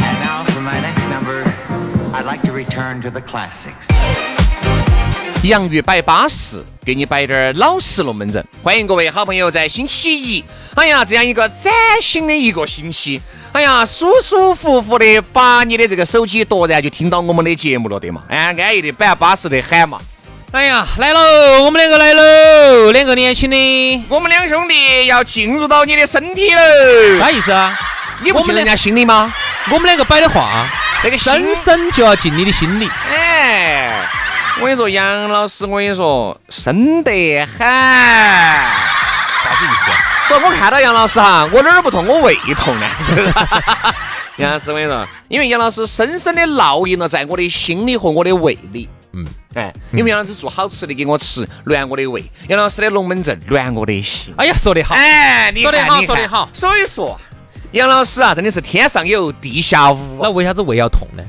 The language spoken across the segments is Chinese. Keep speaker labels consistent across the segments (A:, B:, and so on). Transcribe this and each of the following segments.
A: And now for my next number, I'd like to return to the classics.
B: 洋芋摆巴适，给你摆点儿老实龙门阵。欢迎各位好朋友在星期一，哎呀，这样一个崭新的一个星期，哎呀，舒舒服服的把你的这个手机夺然就听到我们的节目了，对嘛？哎，安逸的摆巴适的很嘛。
C: 哎呀，来喽！我们两个来喽，两个年轻的，
B: 我们两兄弟要进入到你的身体喽，
C: 啥意思啊？
B: 你不
C: 我们
B: 进人
C: 两
B: 家心里吗？
C: 我们两个摆的话，
B: 这个心
C: 深深就要进你的心里。
B: 哎，我跟你说，杨老师，我跟你说，深得很。
C: 啥子意思、啊？
B: 所以我看到杨老师哈，我哪儿不痛，我胃痛呢。 杨老师，我跟你说，因为杨老师深深的烙印了在我的心里和我的胃里。嗯，哎，因为杨老师做好吃的给我吃，暖我的胃；杨老师的龙门阵暖我的心。
C: 哎呀，说得好，
B: 哎，你看
C: 说得好
B: 你看
C: 说得好
B: 所以说，杨老师啊，真的是天上有，地下无
C: 那
B: 啊。
C: 为啥子胃要痛呢？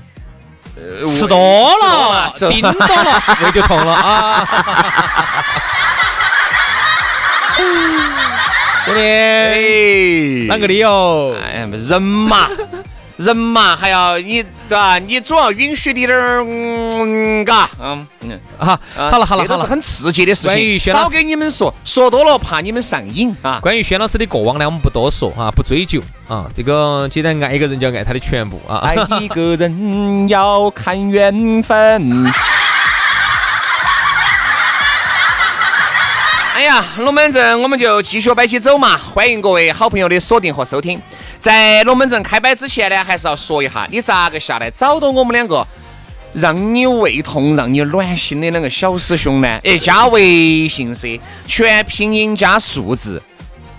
C: 吃
B: 吃
C: 多 了，
B: 吃多
C: 叮到啊了，胃就痛了啊！ 兄 弟，
B: 哎，
C: 啷个理由？
B: 哎，人嘛，人嘛，还要你对吧？你总要允许你点儿，嗯，嘎，嗯嗯。
C: 啊，
B: 啊
C: 好了好了
B: 这都
C: 好
B: 是
C: 了。
B: 很刺激的事
C: 关于
B: 情，
C: 薛老
B: 少给你们说，说多了怕你们上瘾啊。
C: 关于轩老师的过往呢，我们不多说啊，不追究啊。这个既然爱一个人，就要爱他的全部啊。
B: 爱哎一个人要看缘分。 哎呀，龙门阵我们就继续摆起走嘛！欢迎各位好朋友的锁定和收听。在龙门阵开摆之前呢，还是要说一下，你咋个下来找到我们两个，让你胃痛、让你暖心的两个小师兄呢？哎，加微信噻，全拼音加数字，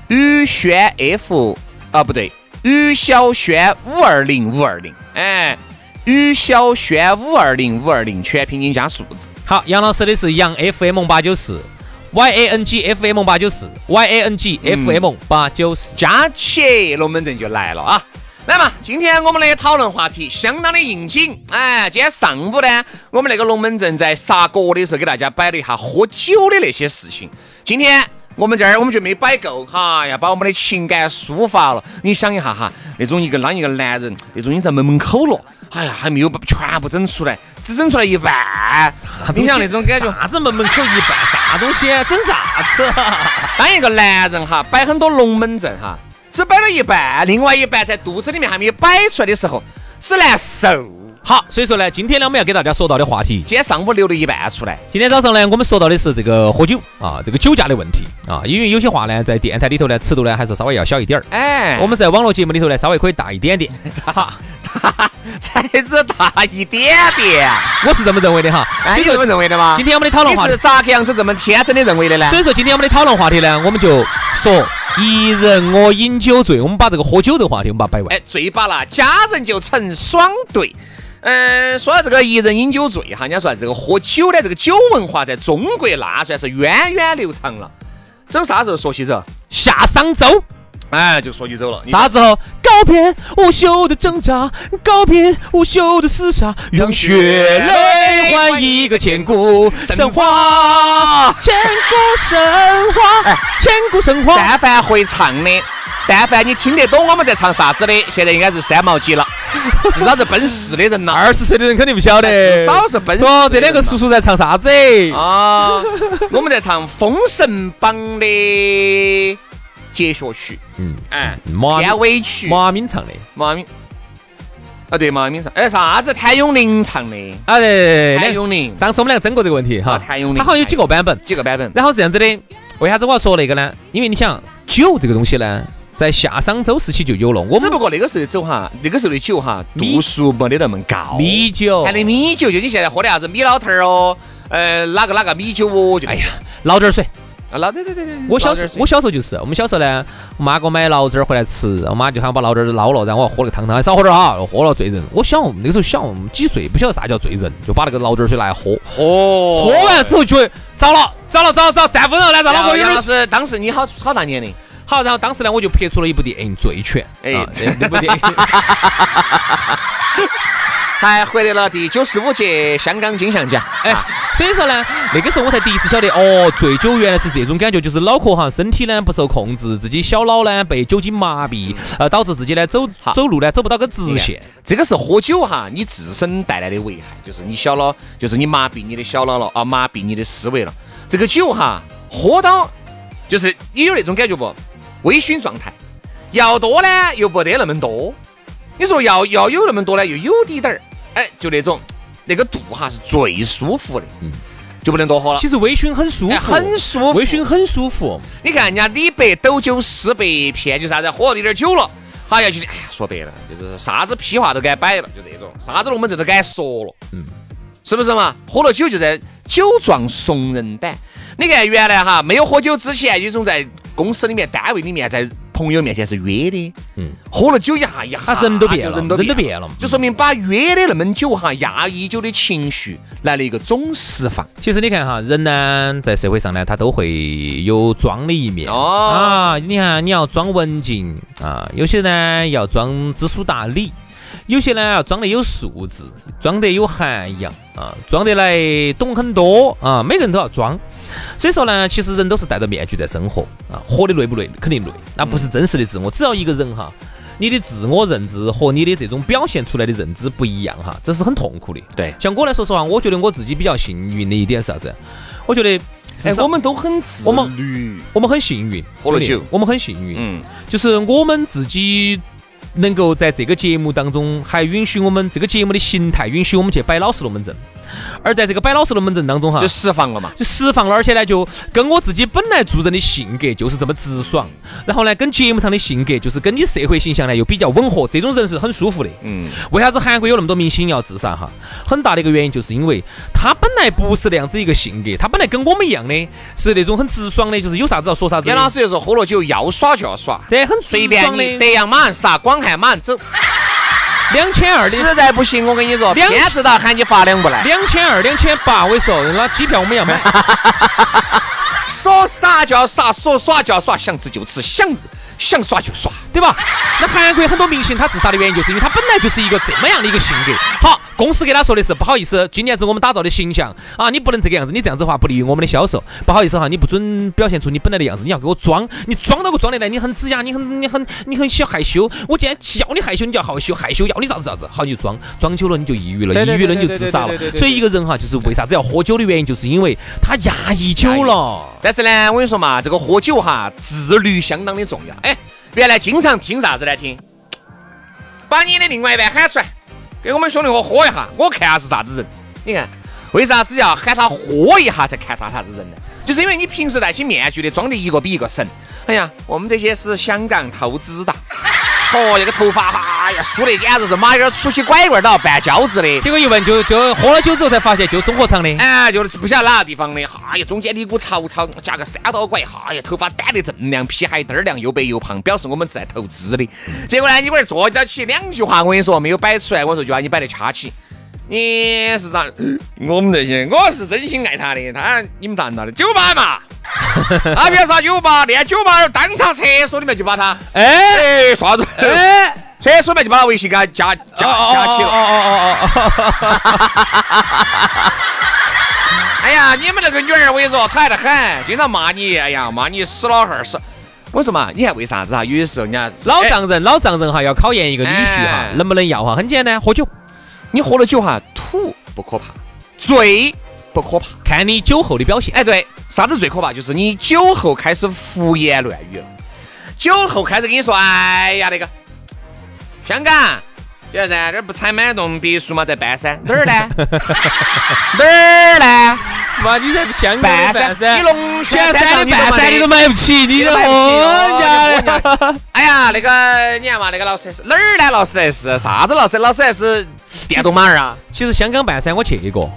B: 宇轩 F 啊，不对，宇小轩五二零五二零，哎，宇小轩五二零五二零，全拼音加数字。
C: 好，杨老师的是杨 FM 八九四，Y A N G F M 八九四，Y A N G F M 八九四。
B: 加起龙门阵就来了啊！来嘛，今天我们的讨论话题相当的应景。哎，今天上午呢，我们那个龙门阵在杀锅的时候给大家摆了一下喝酒的那些事情。今天我们这儿我们就没摆够哈，要把我们的情感抒发了。你想一下哈，那种一个啷一个男人，那种已经在门门口了，哎呀，还没有把全部整出来，只整出来一半。啊 你想那种感觉，
C: 啥子门门口一半，啥东西？啊整啥子？啊
B: 当一个男人哈，摆很多龙门阵哈，只摆了一半，另外一半在肚子里面还没有摆出来的时候，只难受。
C: 好， 所以说呢，今天呢，我们要给大家说到的话题，
B: 今天上午留了一半出来，
C: 今天早上呢，我们说到的是这个喝酒啊，这个酒驾的问题啊，因为有些话呢，在电台里头呢，尺度呢还是稍微要小一点儿。
B: 哎，
C: 我们在网络节目里头呢，稍微可以大一点点。哈，
B: 才只大一点点。
C: 我是这么认为的哈。
B: 哎，
C: 所
B: 你
C: 以
B: 这么
C: 说，
B: 认为的吗？
C: 今天我们的讨论
B: 你
C: 话题
B: 是，咋个样子这么天真的认为的呢？
C: 所以说今天我们的讨论话题呢，我们就说一人我饮酒醉，我们把这个喝酒的话题我们把它摆完。
B: 哎，醉把那家人就成双对。嗯，说到这个一人饮酒醉哈，人家说这个喝酒的这个酒文化在中国那算是源远流长了。走啥时候说起走？
C: 夏商周。
B: 哎，就说起走了。你
C: 啥时候？告别无休的挣扎，告别无休的厮杀，用血泪换一个千古神话，千古哎神话，千古神 话。
B: 但凡会唱的，但凡你听得懂我们在唱啥子的，现在应该是三毛几了。至少是奔四的人了。
C: 二十岁的人肯定不晓得，
B: 至少是奔四的人
C: 说
B: 了
C: 这两个叔叔在唱啥子？
B: 啊，我们在唱《封神榜》的节学曲，
C: 嗯，
B: 嗯，
C: 马
B: 片尾曲，
C: 马敏唱的。
B: 马明，啊对，马明唱，哎啥子谭咏麟唱的，
C: 啊对，
B: 谭
C: 两
B: 咏麟
C: 上次我们俩争过这个问题哈
B: 啊，谭咏麟，
C: 它好像有几个版本。
B: 几个版本，
C: 然后是这样子的，为啥子我要说那个呢？因为你想酒这个东西呢，在夏商周时期就有了，我
B: 只
C: 们
B: 不过那个时候的酒哈，那个时候的酒哈，
C: 米
B: 度数没得那么高，
C: 米酒
B: 看，那米酒，就你现在喝的啥子米老头儿哦，呃哪个哪个米酒哦，就
C: 哎呀，老点儿水。
B: 啊，老对对对对，
C: 我小
B: 老
C: 时
B: 点水
C: 我小时候就是，我们小时候呢，我妈给我买醪糟儿回来吃，我妈就喊我把醪糟儿捞了，然后我要喝那个汤汤，少喝点儿啊，喝了醉人。我想我们那个时候想我们几岁，不晓得啥叫醉人，就把那个醪糟儿水拿来喝，
B: 哦，
C: 喝完之后觉得糟了，糟了，糟了，糟了，站不稳了，来让
B: 然
C: 老
B: 后
C: 婆有
B: 杨
C: 点
B: 哎老师当时你好好大年龄，
C: 好，然后当时呢，我就拍出了一部电影《醉拳》，
B: 哎
C: 啊 那那部电影
B: 还获得了第九十五届香港金像奖。啊
C: 哎，所以说呢，那个时候我才第一次晓得，哦，醉酒原来是这种感觉，就是脑壳哈，身体呢不受控制，自己小脑呢被酒精麻痹，呃，导致自己呢走
B: 嗯好
C: 走路呢走不到个直
B: 你
C: 线
B: 看。这个是喝酒哈，你自身带来的危害，就是你小脑，就是你麻痹你的小脑了啊，麻痹你的思维了。这个酒哈，喝到就是你有那种感觉不？微醺状态，要多呢又不得那么多，你说要要有那么多呢又有滴点儿，哎，就那种那个度哈是最舒服的，就不能多喝了
C: 其。实微醺很舒服，
B: 哎很舒服
C: 微醺很舒服。
B: 你看人家李白斗酒诗被骗，就啥子喝了一点酒了，好像就是哎呀，说白了就是啥子屁话都敢摆了，就这种，啥子龙门阵都敢说了，嗯，是不是嘛？喝了酒就在酒壮怂人胆。你看原来哈没有喝酒之前，有种在公司里面、单位里面，在朋友面前是约的，嗯，喝了酒一下一下，
C: 他啊人都变了
B: 啊人都
C: 人都变
B: 变
C: 了嗯
B: 就说明把约的那么久哈压抑久的情绪来了一个总释放。
C: 其实你看哈，人呢在社会上呢，他都会有装的一面。
B: 哦，
C: 啊，你看你要装文静啊，有些呢要装知书达理，有些呢要装得有素质，装得有涵养啊，装得来懂很多啊，每个人都要装。所以说呢，其实人都是戴着面具在生活啊，活的累不累？肯定累，那不是真实的自我。只要一个人哈，你的自我认知和你的这种表现出来的认知不一样哈，这是很痛苦的。
B: 对
C: 像我来说实话，我觉得我自己比较幸运的一点是啥子？我觉得至
B: 哎，
C: 少
B: 我们都很自
C: 我们
B: 律，
C: 我们很幸运，
B: 喝了
C: 真的
B: 酒
C: 我们很幸运。
B: 嗯。
C: 就是我们自己能够在这个节目当中，还允许我们这个节目的形态，允许我们去摆老实龙门阵。而在这个摆老实龙门阵当中，哈，
B: 就释放了嘛。
C: 就释放了，而且呢，就跟我自己本来做人的性格就是这么直爽，然后呢，跟节目上的性格就是跟你社会形象呢又比较吻合，这种人是很舒服的。
B: 嗯，
C: 为啥子韩国有那么多明星要自杀哈？很大的一个原因就是因为他本来不是那样子一个性格，他本来跟我们一样的，是那种很直爽的，就是有啥子要说啥子的。
B: 杨老师就说喝了酒要耍就要耍，
C: 对，很直
B: 随便
C: 爽
B: 你，
C: 的。
B: 德阳马上杀，广汉马上走。
C: 两千二的
B: 实在不行，我跟你说，
C: 两
B: 偏知道喊你罚两不来，
C: 两千二、两千八，我跟你说，那机票我们要买。
B: 说啥就要啥，说耍就要耍，想吃就吃，想想耍就耍。
C: 对吧？那韩国有很多明星他自杀的原因，就是因为他本来就是一个这么样的一个性格。好，公司给他说的是不好意思，今年子我们打造的形象啊，你不能这个样子，你这样子的话不利于我们的销售。不好意思哈，你不准表现出你本来的样子，你要给我装，你装到个装的来，你很吱呀，你很 你很你很小害羞。我今天叫你害羞，你就要害羞，害羞要你咋子咋子，好你就装，装久了你就抑郁了，
B: 对对
C: 抑郁了你就
B: 对对
C: 自杀了
B: 对对对。对
C: 所以一个人哈，就是为啥子要喝酒的原因，就是因为他压
B: 哎
C: 抑久了。
B: 但是呢，我跟你说嘛，这个喝酒哈，自律相当的重要。哎，原来经常听啥子呢？听，把你的另外一半喊出来，给我们兄弟伙喝一下，我看下是啥子人。你看，为啥子要喊他喝一下才看他啥子人呢？就是因为你平时戴起面具的，装的一个比一个神。哎呀，我们这些是香港投资的，哦，这个头发哈哎呀梳的简直是马眼儿出起拐棍儿都要绊胶子的。
C: 结果一问就就喝了酒之后才发现，就中合场的。
B: 哎，就是不晓得哪个地方的，哈呀，中间一股曹操，夹个三刀拐，哈呀，头发掸得锃亮，皮还嘚儿亮，又白又胖，表示我们是在投资的。结果呢，你龟儿坐到起，两句话我跟你说没有摆出来，我说就把你摆得掐起。你是咋？ 我们这些，我是真心爱他的，他你们咋弄到的？酒吧嘛， 啊，比如说酒吧，练酒吧，当场厕所里面就把他，
C: 哎。
B: 哎，啥子？
C: 哎
B: 厕所里面就把他微信给他加加加起了。
C: 哦哦哦！
B: 哎呀，你们那个女儿，我跟你说，她爱得很，经常骂你，哎呀，骂你死老汉儿死。我说嘛，你看为啥子哈？有些时候人家
C: 老丈人，老丈人哈，要考验一个女婿哈
B: 哎，
C: 能不能要哈？很简单，喝酒，
B: 你喝了酒哈，吐不可怕，醉不可怕。
C: 看你酒后的表现。
B: 哎，对，啥子最可怕？就是你酒后开始胡言乱语了，酒后开始跟你说，哎呀那个，香港。现在这儿不采买栋别墅嘛，在办噻，哪 儿呢？哪儿呢？
C: 妈，你在香
B: 半山，你龙泉山的
C: 半
B: 半山
C: 山你
B: 你
C: 都
B: 都
C: 买不起，你
B: 你
C: 这
B: 都买不起
C: 喝
B: 哦
C: 人家的。
B: 哎呀，那个你看嘛，那个劳斯莱斯哪儿呢？劳斯莱斯啥子劳斯？劳斯莱斯电动马儿啊？
C: 其实香港半山我去过，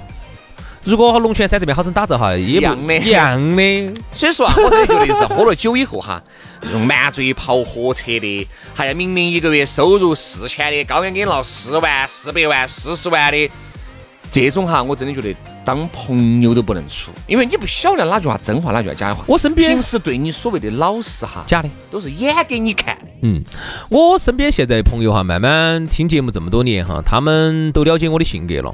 C: 如果龙泉山这边好生打造哈，
B: 一
C: 也不
B: 样的
C: 一样的。
B: 所以说啊，我真的觉得就是喝了酒以后哈，这种满嘴跑火车的，还有明明一个月收入四千的，高跟给你闹四万、四百万、四十万的，这种哈，我真的觉得当朋友都不能处，因为你不晓得哪句话真话，哪句话假话。
C: 我身边
B: 平时对你所谓的老实哈，
C: 假的，
B: 都是演给你看的。
C: 嗯，我身边现在朋友哈，慢慢听节目这么多年哈，他们都了解我的性格了，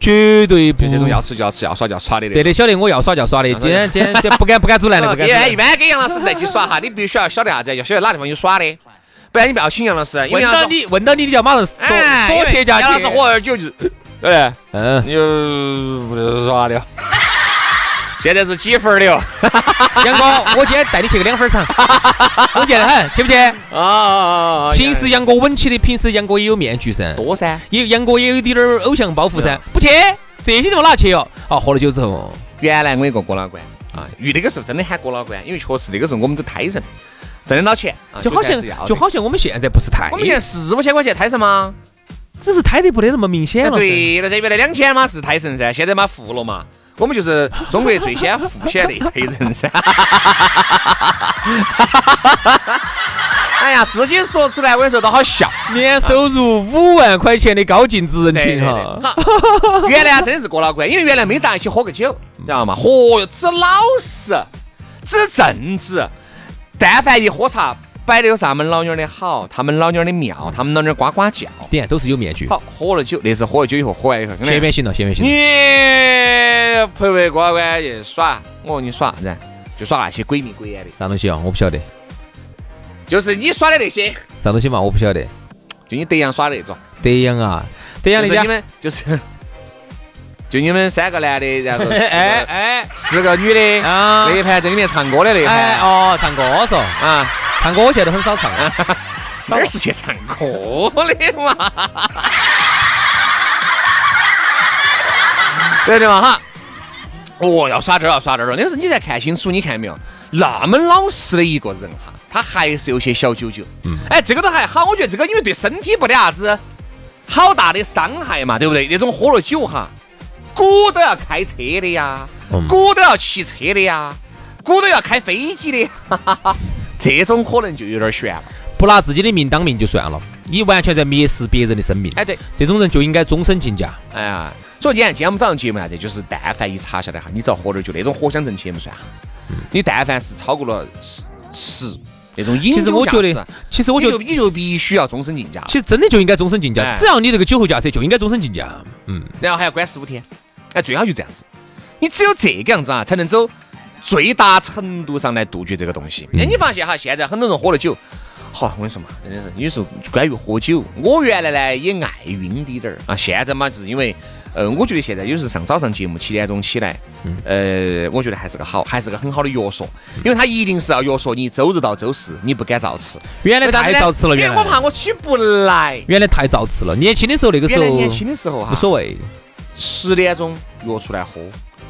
C: 绝对不
B: 就这种要吃就要吃，要耍就要耍的那
C: 对
B: 种。
C: 的，晓得我要耍就耍的，今天今天不敢不敢阻拦的，不敢阻
B: 呃一一
C: 拦。
B: 般跟杨老师在一起耍哈，你必须要晓得啥子，要晓得哪地方有耍的，不然你不要请杨老师。因为
C: 问
B: 杨老
C: 到
B: 师，
C: 你，问到你，你就要马上说
B: 哎，
C: 说
B: 因为
C: 去家
B: 杨老
C: 去
B: 师。喝点酒就是，哎，
C: 嗯，
B: 你就不得耍 了。现在是几分了？
C: 杨哥，我今天带你去个两分 场，稳健得很，去不去？
B: 啊，
C: 平时杨哥稳起的，平时杨哥也有面具噻。
B: 多噻，
C: 也杨哥也有点儿偶像包袱
B: 啊
C: 噻，不去这些地方哪去哟？啊，喝了酒之后，
B: 原来我有个郭老倌啊，遇那个时候真的喊郭老倌，因为确实那个时候我们都胎神，挣得到钱，啊
C: 就好像
B: 是要的
C: 就好像我们现在不是太，
B: 我们现在四五千块钱胎神吗？
C: 只是胎得不得那么明显
B: 哎，
C: 了。，
B: 对了噻，原来两千嘛是胎神噻，现在嘛富了嘛，我们就是中国最先富起来的黑人噻。哎呀，自己说出来，我跟你说都好笑。
C: 年收入五万块钱的高净值人
B: 对
C: 群
B: 对
C: 哈
B: 对，，好原来啊真的是郭老倌，因为原来没咋一起喝个酒，知道吗？嚯哟，只老实，只正直，但凡一喝茶，摆的有啥们老妞儿的好，他们老妞儿的妙，他们老妞儿呱呱叫。
C: 点都是有面具，
B: 好，嗯喝了酒，那次喝了酒以后，喝完以后，
C: 斜面型了，斜面型了。
B: 你陪陪乖乖去耍，我你耍啥子？就耍那些鬼迷鬼眼的，
C: 啥东西啊？我不晓得，
B: 就是你耍的那些，
C: 啥东西嘛？我不晓得。
B: 就你德阳耍的那种，
C: 德阳啊，德阳
B: 就是
C: 那家
B: 你，们就是， 就你们三个男的，然 后
C: 哎
B: 四
C: 哎
B: 四个女的，
C: 啊
B: 那，一盘在里面唱歌的那一
C: 哎
B: 盘，
C: 哦，唱歌嗦，
B: 啊，
C: 唱歌现在都很少唱 了。
B: 哪儿是去唱歌的嘛？ 对的嘛哈。哦，要耍这儿要耍这儿了。那个时候你才看清楚，你看没有？那么老实的一个人哈，他还是有些小九九。嗯。哎，这个都还好，我觉得这个因为对身体不得啥子好大的伤害嘛，对不对？那种喝了酒哈，鼓都要开车的呀
C: 嗯，
B: 鼓都要骑车的呀，鼓都要开飞机的，哈哈哈。这种可能就有点悬了。
C: 不拿自己的命当命就算了，你完全在蔑视别人的生命。
B: 哎，对。
C: 这种人就应该终身禁驾。
B: 哎呀，所以你看今天我们早上节目啥子，就是但凡一查下来哈，你只要喝点儿酒，那种藿香正气也不算哈。
C: 嗯
B: 你但凡是超过了十十那种饮
C: 其实我
B: 酒驾
C: 觉
B: 驶
C: 得
B: 啊，，
C: 其实我
B: 我
C: 觉
B: 就
C: 得，
B: 你就必须要终身禁驾了，
C: 其实真的就应该终身禁驾。
B: 哎
C: 只要你这个酒后驾车，就应该终身禁驾。嗯，
B: 然后还要关十五天。哎，最好就这样子，你只有这个样子啊，才能走最大程度上来杜绝这个东西。
C: 嗯
B: 哎，你发现哈，现在很多人喝了酒。好，我跟你说嘛，真的是有时候关于喝酒，我原来呢也爱晕滴点儿啊，现在嘛是因为，呃，我觉得现在有时候上早上节目七点钟起来，
C: 嗯
B: 呃，我觉得还是个好，还是个很好的约束，因为它一定是要约束你周日到周四你不敢照吃，
C: 原来
B: 为啥子
C: 太
B: 呢
C: 造次了，原
B: 因为我
C: 来
B: 怕我起不来。
C: 原来太造次了。年轻的时候那个时
B: 原来
C: 候
B: 年轻的时候哈，
C: 无所谓，
B: 十点钟约出来喝，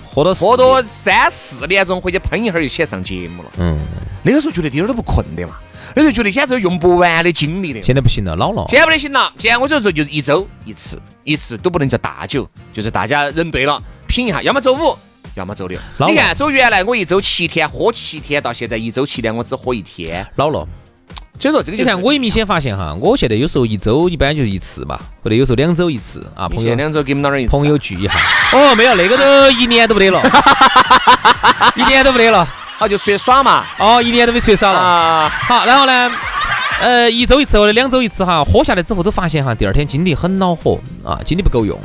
C: 喝到
B: 喝
C: 多
B: 到三四点钟回去喷一会儿就起来上节目了。
C: 嗯，
B: 那个时候觉得一点儿都不困的嘛，那时候觉得简直有用不完的精力的。
C: 现在不行了，老了。
B: 现在不得行了，现在我就说就是一周一次，一次都不能叫大酒，就是大家人对了品一下，要么周五，要么周六。
C: 老
B: 你看，走原来我一周七天喝七天，到现在一周七天我只喝一天。
C: 老了，
B: 所以说这个
C: 你
B: 就是
C: 看我也明显发现哈，我现在有时候一周一般就一次嘛，或者有时候两周一次啊，
B: 你
C: 朋
B: 现在
C: 友
B: 两周给我们老人一次
C: 朋友聚一下。哦，没有那个都一年都不得了， 一年都不得了，
B: 好啊就出去耍嘛
C: 哦，一年都没出去耍了。
B: 啊，
C: 好，然后呢，呃，一周一次或者两周一次哈，喝下来之后都发现哈，第二天精力很恼火啊，精力不够用，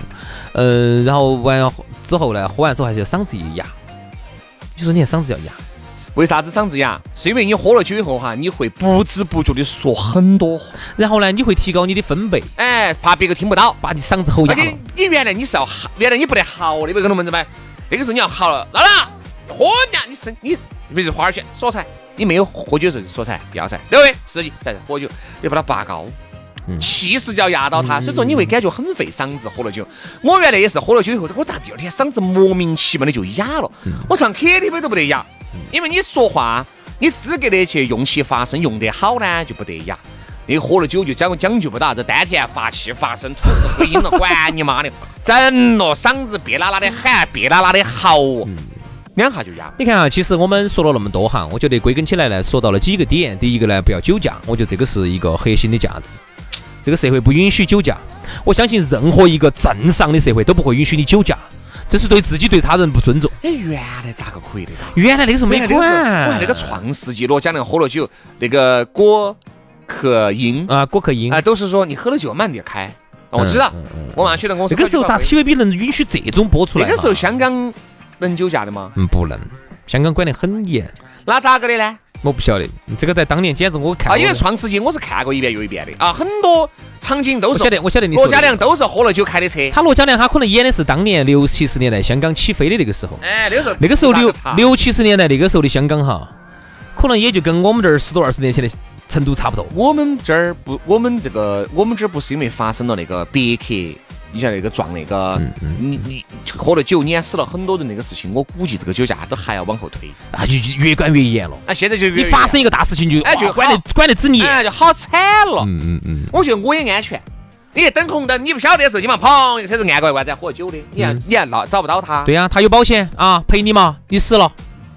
C: 呃，然后完之后呢，喝完之后还是要嗓子一压，你说你看嗓子要压，
B: 为啥子嗓子哑？是因为你喝了酒以后哈，你会不知不觉的说很多话，
C: 然后呢，你会提高你的分贝，
B: 哎，怕别个听不到。
C: 把你嗓子吼哑
B: 而
C: 了
B: 且。你原来你是要嚎，原来你不得嚎的，别个龙门阵呗。那个时候你要嚎了，老了，喝呀，你身你，比如花儿去说噻，你没有喝酒的时候说噻，不要噻，六位司机再喝酒，你把它拔高。气势就要压倒他，所以说你会感觉很费嗓子。喝了酒，我原来也是喝了酒以后，我咋第二天嗓子莫名其妙的就哑了？我唱 KTV 都不得哑，因为你说话，你资格的去用气发声，用得好呢就不得哑。你喝了酒就讲讲究不到，这丹田发气发声，吐字回音了，管你妈的！整了嗓子别啦啦的喊，别啦啦的嚎哦，两下就哑。
C: 你看啊，其实我们说了那么多哈，我觉得归根起来呢，说到了几个点。第一个呢，不要酒驾，我觉得这个是一个核心的价值。这个社会不允许酒驾，我相信任何一个正常的社会都不会允许你酒驾，这是对自己对他人不尊重。
B: 哎，原来咋个可以的啦？
C: 原来那个时候没
B: 原来那个时候我看
C: 管
B: 那个创世纪罗讲那个喝了酒那个果壳音
C: 啊，果壳音
B: 啊，。都是说你喝了酒慢点开。啊我知道，
C: 嗯
B: 我马上去那公司。
C: 那个时候咋
B: 快去
C: TVB 能允许这种播出
B: 报
C: 来
B: 备？那
C: 嘛？
B: 个时候香港能酒驾的吗？
C: 嗯不能，香港管得很严，
B: 那咋个的呢？
C: 我不晓得这个在当年简直我看
B: 啊，因为
C: 我都
B: 创世纪我是看过一遍又一遍的啊，很多场景都
C: 我
B: 是
C: 晓得我晓得你
B: 罗
C: 说的
B: 嘉良都是喝了酒开的车。
C: 他罗嘉良他可能演的是当年六七十年代香港起飞的那个时候。
B: 哎，那个时候
C: 那个时候
B: 咋
C: 六
B: 查
C: 六七十年代那个时候的香港哈，可能也就跟我们这儿十多二十年前的成都差不多。
B: 我们这儿不，我们这个我们这儿不是因为发生了那个别克，你像那个撞那个，
C: 嗯
B: 你你喝了酒碾死了很多人那个事情，我估计这个酒驾都还要往后推。
C: 啊，就就越管越严了。
B: 啊，现在就
C: 你发生一个大事情就
B: 哎就
C: 哇管
B: 好
C: 得管得整严。
B: 哎就好惨了。
C: 嗯嗯嗯，
B: 我觉得我也安全。你一等红灯，你不晓得的时候，你嘛砰，一个车子按过来，为啥子喝酒的？你看你看闹找不到他。
C: 嗯对呀、他有保险啊，赔你嘛，你死了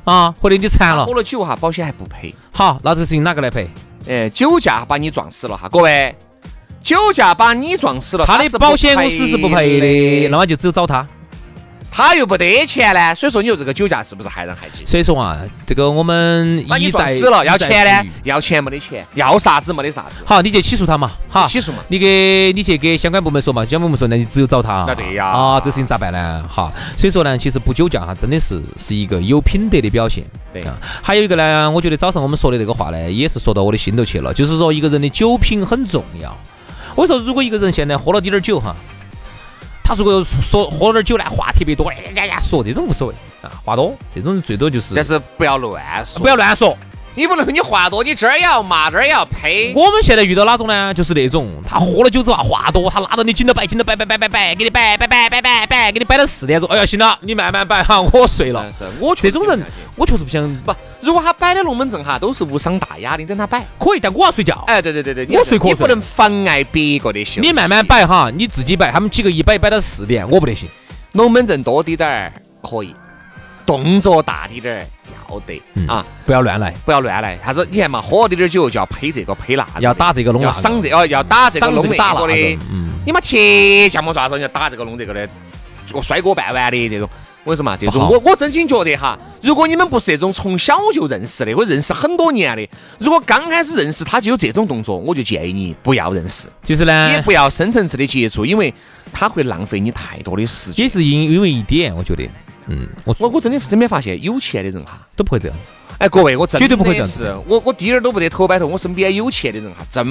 C: 啊，或者你残了
B: 喝，了酒哈，保险还不赔。
C: 好，那这个事情哪个来赔？
B: 哎，酒驾把你撞死了哈，各位，酒驾把你撞死了，
C: 他
B: 是不
C: 的保险公司是不赔的，那么就只有找他。
B: 他又不得钱呢，所以说你说这个酒驾是不是害人害己？
C: 所以说啊，这个我们
B: 把你
C: 一
B: 撞
C: 再
B: 死了，要钱？
C: 一再
B: 呢
C: 呼？吁
B: 要钱没得钱，要啥子没得啥子。
C: 好，你去起诉他嘛，哈，
B: 起诉嘛。
C: 你给你去给相关部门说嘛，相关部门说，那你只有找他。
B: 那对呀
C: 啊，这事情咋办呢？哈，所以说呢，其实不酒驾哈，真的是是一个有品德的表现。
B: 对
C: 啊，还有一个呢，我觉得早上我们说的这个话呢，也是说到我的心头去了，就是说一个人的酒品很重要。我说，如果一个人现在喝了滴点儿酒哈，他如果说喝了点儿酒呢，话特别多，哎呀呀说这种无所谓啊，话多，这种最多就是
B: 但是不要乱说，
C: 不要乱说。
B: 你不能你话多，你这儿也要骂，那儿也要呸。
C: 我们现在遇到哪种呢？就是那种他喝了酒之后啊话多，他拉到你紧头摆紧头摆摆摆摆摆，给你摆摆摆摆摆摆，给你摆到四点钟。哎呀，行了，你慢慢摆哈，我睡了
B: 但。是我确
C: 这
B: 实
C: 种
B: 不
C: 人
B: 相信，
C: 我确实不想
B: 不，如果他摆的龙门阵哈，都是无伤大雅的，你等他摆。
C: 可以，但我要睡觉。
B: 哎，对对对对，你
C: 我
B: 要是
C: 睡瞌
B: 你不
C: 睡
B: 能妨碍别个的休息。
C: 你慢慢，摆哈，你自己摆，他们几个一摆摆到四点，我不得行。
B: 龙门阵多滴点儿可以，动作大滴点儿要得、
C: 嗯
B: 啊，
C: 不要乱来，
B: 不要乱来。啥子？你看嘛，喝滴点儿酒就要呸这个呸那个的，
C: 要打这个弄那
B: 要
C: 个
B: 赏这哦，要打这个
C: 赏这
B: 弄
C: 个
B: 那
C: 打那
B: 个
C: 个
B: 的。
C: 嗯，
B: 你妈铁像么爪子，你要打这个弄这个的，我摔锅绊碗的这种。我跟你说嘛，这
C: 不
B: 种
C: 好
B: 我我真心觉得哈，如果你们不是那种从小就认识的，或者认识很多年的，如果刚开始认识他就有这种动作，我就建议你不要认识。
C: 其实呢
B: 也，不要深层次的接触，因为它会浪费你太多的时间。
C: 也是因因为一点，我觉得，嗯，我
B: 我我真的真没发现有钱的人哈，
C: 都不会这样子。
B: 哎，各位，我真的
C: 绝对不会这样子
B: 是，我我滴点儿都不得头摆头，我身边有钱的人哈，真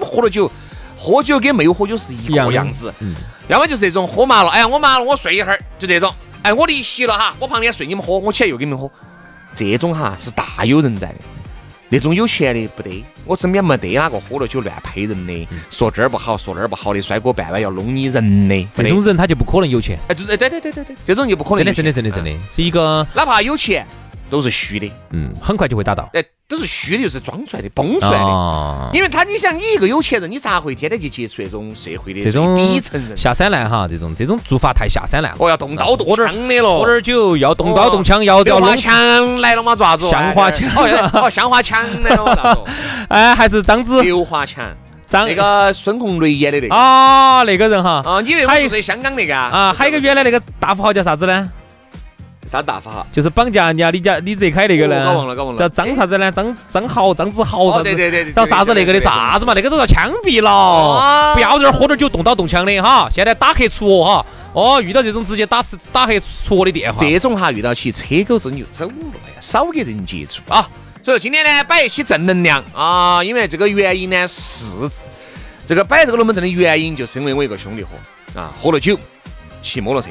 B: 喝了酒，喝酒跟没有喝酒是一
C: 一样
B: 个
C: 的嗯
B: 样子，要么就是那种喝麻了，哎呀，我麻了，我睡一会儿，就这种，哎，我离席了哈，我旁边睡，你们喝，我起来又给你们喝，这种哈是大有人在的。那种有钱的不得，我身边没得哪个喝了酒乱呸人的，
C: 嗯
B: 说这儿不好，说那儿不好的，摔锅绊碗要弄你人的，
C: 这
B: 没得
C: 种人他就不可能有钱，
B: 哎，就是哎，对对对对对，这种就不可能
C: 真
B: 有
C: 的
B: 钱。
C: 真的真的真
B: 啊，
C: 的是一个
B: 哪怕有钱，都是虚的，
C: 嗯，很快就会达到。
B: 哎，都是虚的，就是装出来的、崩出来的。
C: 啊
B: 因为他，你想，你一个有钱人，你咋会天天去接触那种社会的
C: 这种
B: 最底层人？
C: 下三滥哈，这种这种做法太下三滥了。
B: 哦，要动刀动枪的了，
C: 喝点儿酒要动刀动枪，要要
B: 要
C: 弄
B: 花。哦枪来了嘛，爪子？
C: 像花枪
B: 哦，要哦，像花枪来了嘛，爪子？
C: 哎，还 是张子
B: 刘华强，
C: 张
B: 那个孙红雷演的那个
C: 啊，那个人哈
B: 啊，你以为我
C: 还有
B: 是说香港那个
C: 啊，还有一个原来那个大富豪叫啥子呢？
B: 啥大法哈？
C: 就是绑架人家李家李泽楷那个呢？
B: 哦搞忘了搞忘了
C: 叫张啥子呢？张张豪、张子豪啥
B: 哦，
C: 子
B: 对？对对，对
C: 找啥子那个的？啥？子嘛？那个都要枪毙了！
B: 啊
C: 不要在那儿喝点酒动刀动枪的哈！现在打黑除恶哈，哦，遇到这种直接打死打黑戳的电话，
B: 这种哈遇到起车狗子你就走了呀，少跟人接触啊。所以说今天呢，摆一期正能量啊，因为这个原因呢是这个摆这个龙门阵的原因，就是因为我一个兄弟伙啊，喝了酒，骑摩托车，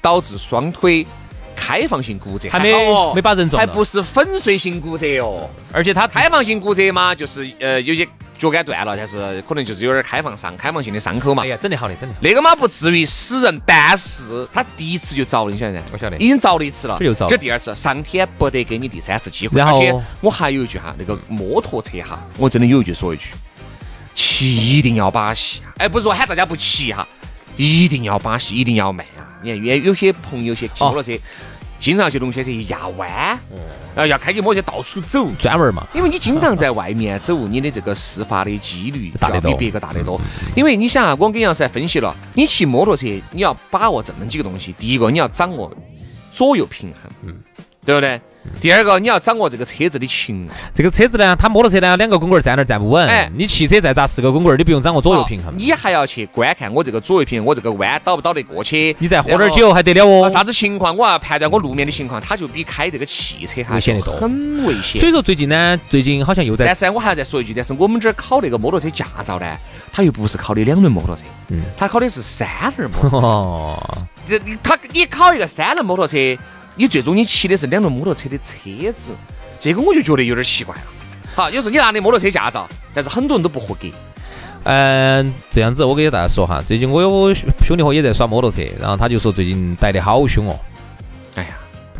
B: 导致双腿开放性骨折，
C: 还没
B: 好哦
C: 没把人撞
B: 还
C: 到
B: 不是粉碎性骨折哦。
C: 而且他自
B: 开放性骨折嘛，就是呃有些脚杆断了，但是可能就是有点开放伤、开放性的伤口嘛
C: 哎。呀，整得好的，整得好，
B: 那个嘛不至于死人，但是他第一次就遭了，你晓得噻？
C: 我晓得
B: 已经遭了一次了，
C: 这就遭了
B: 这第二次，上天不得给你第三次机会。
C: 然后
B: 而且我还有一句哈，那个摩托车哈，我真的有一句说一句，骑一定要把戏，哎，不是说喊大家不骑哈，一定要把戏，一定要慢啊！你看，原有些朋友些骑摩托
C: 哦
B: 车，经常去龙泉车一压弯，
C: 嗯
B: 然后要开起摩托车到处走，
C: 专门嘛，
B: 因为你经常在外面走，你的这个事发的几率
C: 大
B: 就
C: 得
B: 要
C: 多嗯
B: 比别个大得多。因为你想啊，我跟杨师还分析了，你骑摩托车，你要把握这么几个东西：第一个，你要掌握左右平衡，嗯，对不对？
C: 嗯
B: 第二个，你要掌握这个车子的情况，
C: 这个车子呢，它摩托车呢，两个滚棍儿站那儿站不稳。
B: 哎哦
C: 你汽车再砸四个滚棍儿，你不用掌握左右平衡。
B: 啊你还要去观看我这个左右平衡，我这个弯倒不倒得过去。
C: 你再喝点儿酒还得了
B: 然后，啊
C: 哦。
B: 啥子情况我要判断我路面的情况，它就比开这个汽车还
C: 危险得多
B: 很危险。
C: 所以说最近呢，最近好像又在
B: 但是呢，我还要再说一句，但是我们这儿考那个摩托车驾照呢，它又不是考的两轮摩托车，
C: 嗯
B: 它考的是三轮摩托车。
C: 哦，
B: 这它你考一个三轮摩托车，你最终你骑的是两轮摩托车的车子，这个我就觉得有点奇怪了。 好，有时候你拿的摩托车驾照，但是很多人都不合格。
C: 嗯，这样子我给大家说哈，最近我有兄弟伙也在耍摩托车，然后他就说最近逮得好凶哦。
B: 哎呀，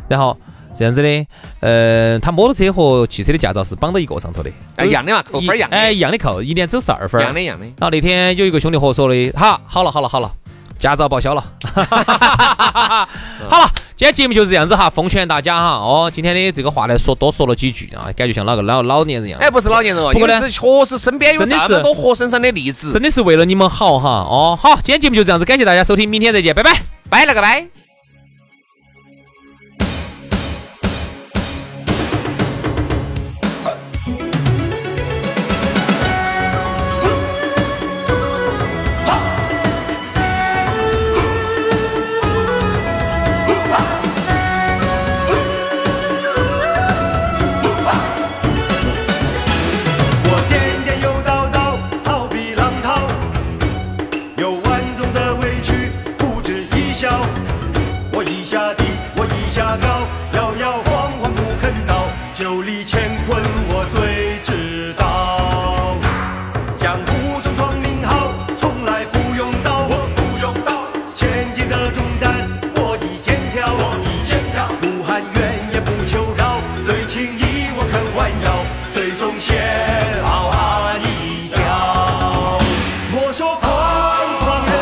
C: 然后这样子的，呃，他摩托车和汽车的驾照是绑到一个上头的，
B: 哎一样的嘛，扣分儿一样哎的，
C: 哎，一样的扣，一年只有十二
B: 一
C: 分儿。
B: 样的一样的。
C: 然后那天有一个兄弟伙说的，哈，好了好了好了，驾照报销 了，好了，今天节目就是这样子哈，奉劝大家哈，哦，今天的这个话呢说多说了几句啊，感觉像哪个老老年人一样，
B: 哎，不是老年人哦，
C: 不
B: 因
C: 过呢
B: 为是确实身边有
C: 真的
B: 这
C: 是
B: 么多活生生的例子
C: 真。的是为了你们好哈，哦，好，今天节目就这样子，感谢大家收听，明天再见，拜拜。
B: 拜了个拜。
D: 我颠颠又倒倒，好比浪涛，有万种的委屈付之一笑。我一下低，我一下高，摇摇晃晃不肯倒，九里乾坤我最知道。江湖中闯名号，从来不用刀，我不用刀。千斤的重担，我一肩挑，我一肩挑。不喊冤也不求饶，对情义我肯弯腰，最终写好汉一条。莫说彷徨人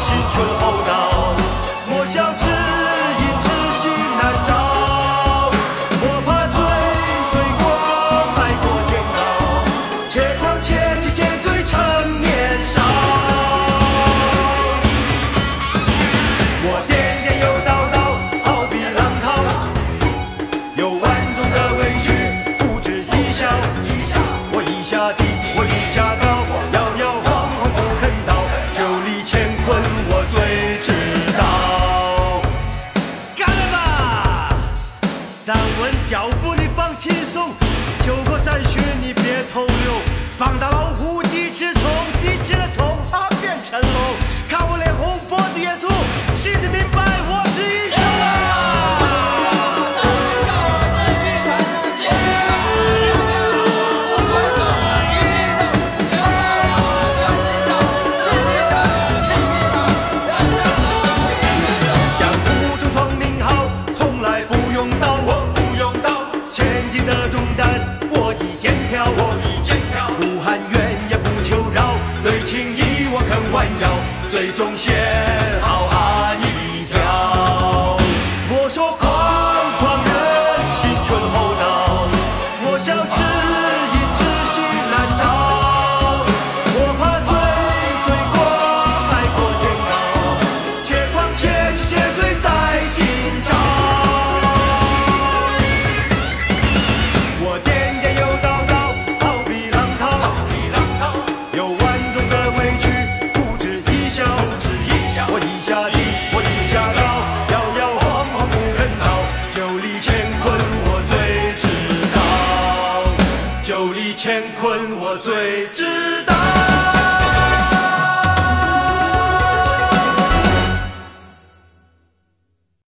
D: 心存厚道，莫笑知音知心难找。莫怕醉醉过海阔天高，且狂且起且醉趁年少。我颠颠又倒倒，好比浪涛，有万种的委屈付之一笑。我一下低，我一下高，摇摇晃晃不肯倒，九里乾坤我最知道。干了吧！站稳脚步，你放轻松；酒过三巡，你别偷溜。膀大老虎鸡吃虫，鸡吃了虫，它变成龙。看我脸红脖子也粗，心里明白我是英雄啊！江湖中闯名号，从来不用刀，